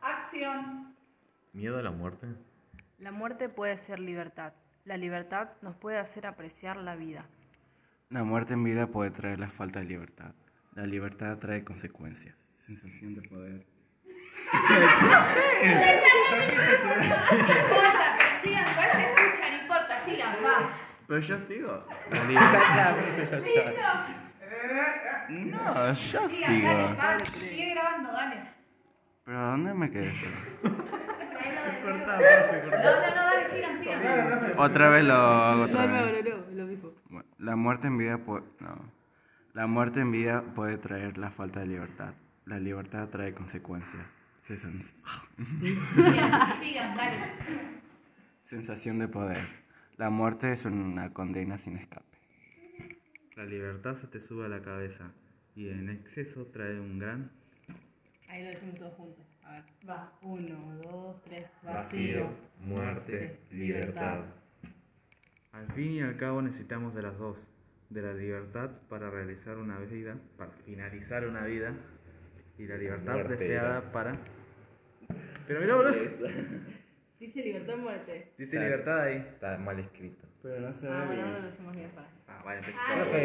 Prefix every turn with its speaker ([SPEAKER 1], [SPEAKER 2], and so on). [SPEAKER 1] Acción.
[SPEAKER 2] ¿Miedo a la muerte?
[SPEAKER 3] La muerte puede ser libertad. La libertad nos puede hacer apreciar la vida.
[SPEAKER 4] La muerte en vida puede traer la falta de libertad. La libertad trae consecuencias. Sensación de poder.
[SPEAKER 1] importa, sigan, igual se escuchan, no importa, sigan, va.
[SPEAKER 4] Pero yo sigo. La
[SPEAKER 1] Listo.
[SPEAKER 4] No, yo
[SPEAKER 1] Sigan, dale,
[SPEAKER 4] sigo.
[SPEAKER 1] dale, sigue grabando, dale.
[SPEAKER 4] ¿Pero dónde me quedé yo?
[SPEAKER 1] No, no, no, dale, sigan, sigan.
[SPEAKER 4] Otra vez lo hago otra vez.
[SPEAKER 3] no, lo mismo.
[SPEAKER 4] Bueno, La muerte en vida puede... No. La muerte en vida puede traer la falta de libertad. La libertad trae consecuencias. Sensa-
[SPEAKER 1] Sigan, sigan, dale.
[SPEAKER 4] Sensación de poder. La muerte es una condena sin escape.
[SPEAKER 5] La libertad se te sube a la cabeza y en exceso trae un gran...
[SPEAKER 3] Ahí lo decimos todos juntos. A ver.
[SPEAKER 1] Va.
[SPEAKER 3] Uno, dos, tres.
[SPEAKER 2] Vacío, muerte, libertad.
[SPEAKER 5] Al fin y al cabo necesitamos de las dos, de la libertad para realizar una vida, para finalizar una vida y la libertad
[SPEAKER 2] muerte,
[SPEAKER 5] deseada
[SPEAKER 2] ya.
[SPEAKER 5] para... Pero mirá, boludo,
[SPEAKER 3] Dice libertad, muerte.
[SPEAKER 5] dice libertad ahí.
[SPEAKER 2] Está mal escrito.
[SPEAKER 4] Pero no se
[SPEAKER 3] Ah, bueno, no lo decimos bien para.
[SPEAKER 5] Ah, vale, empecé.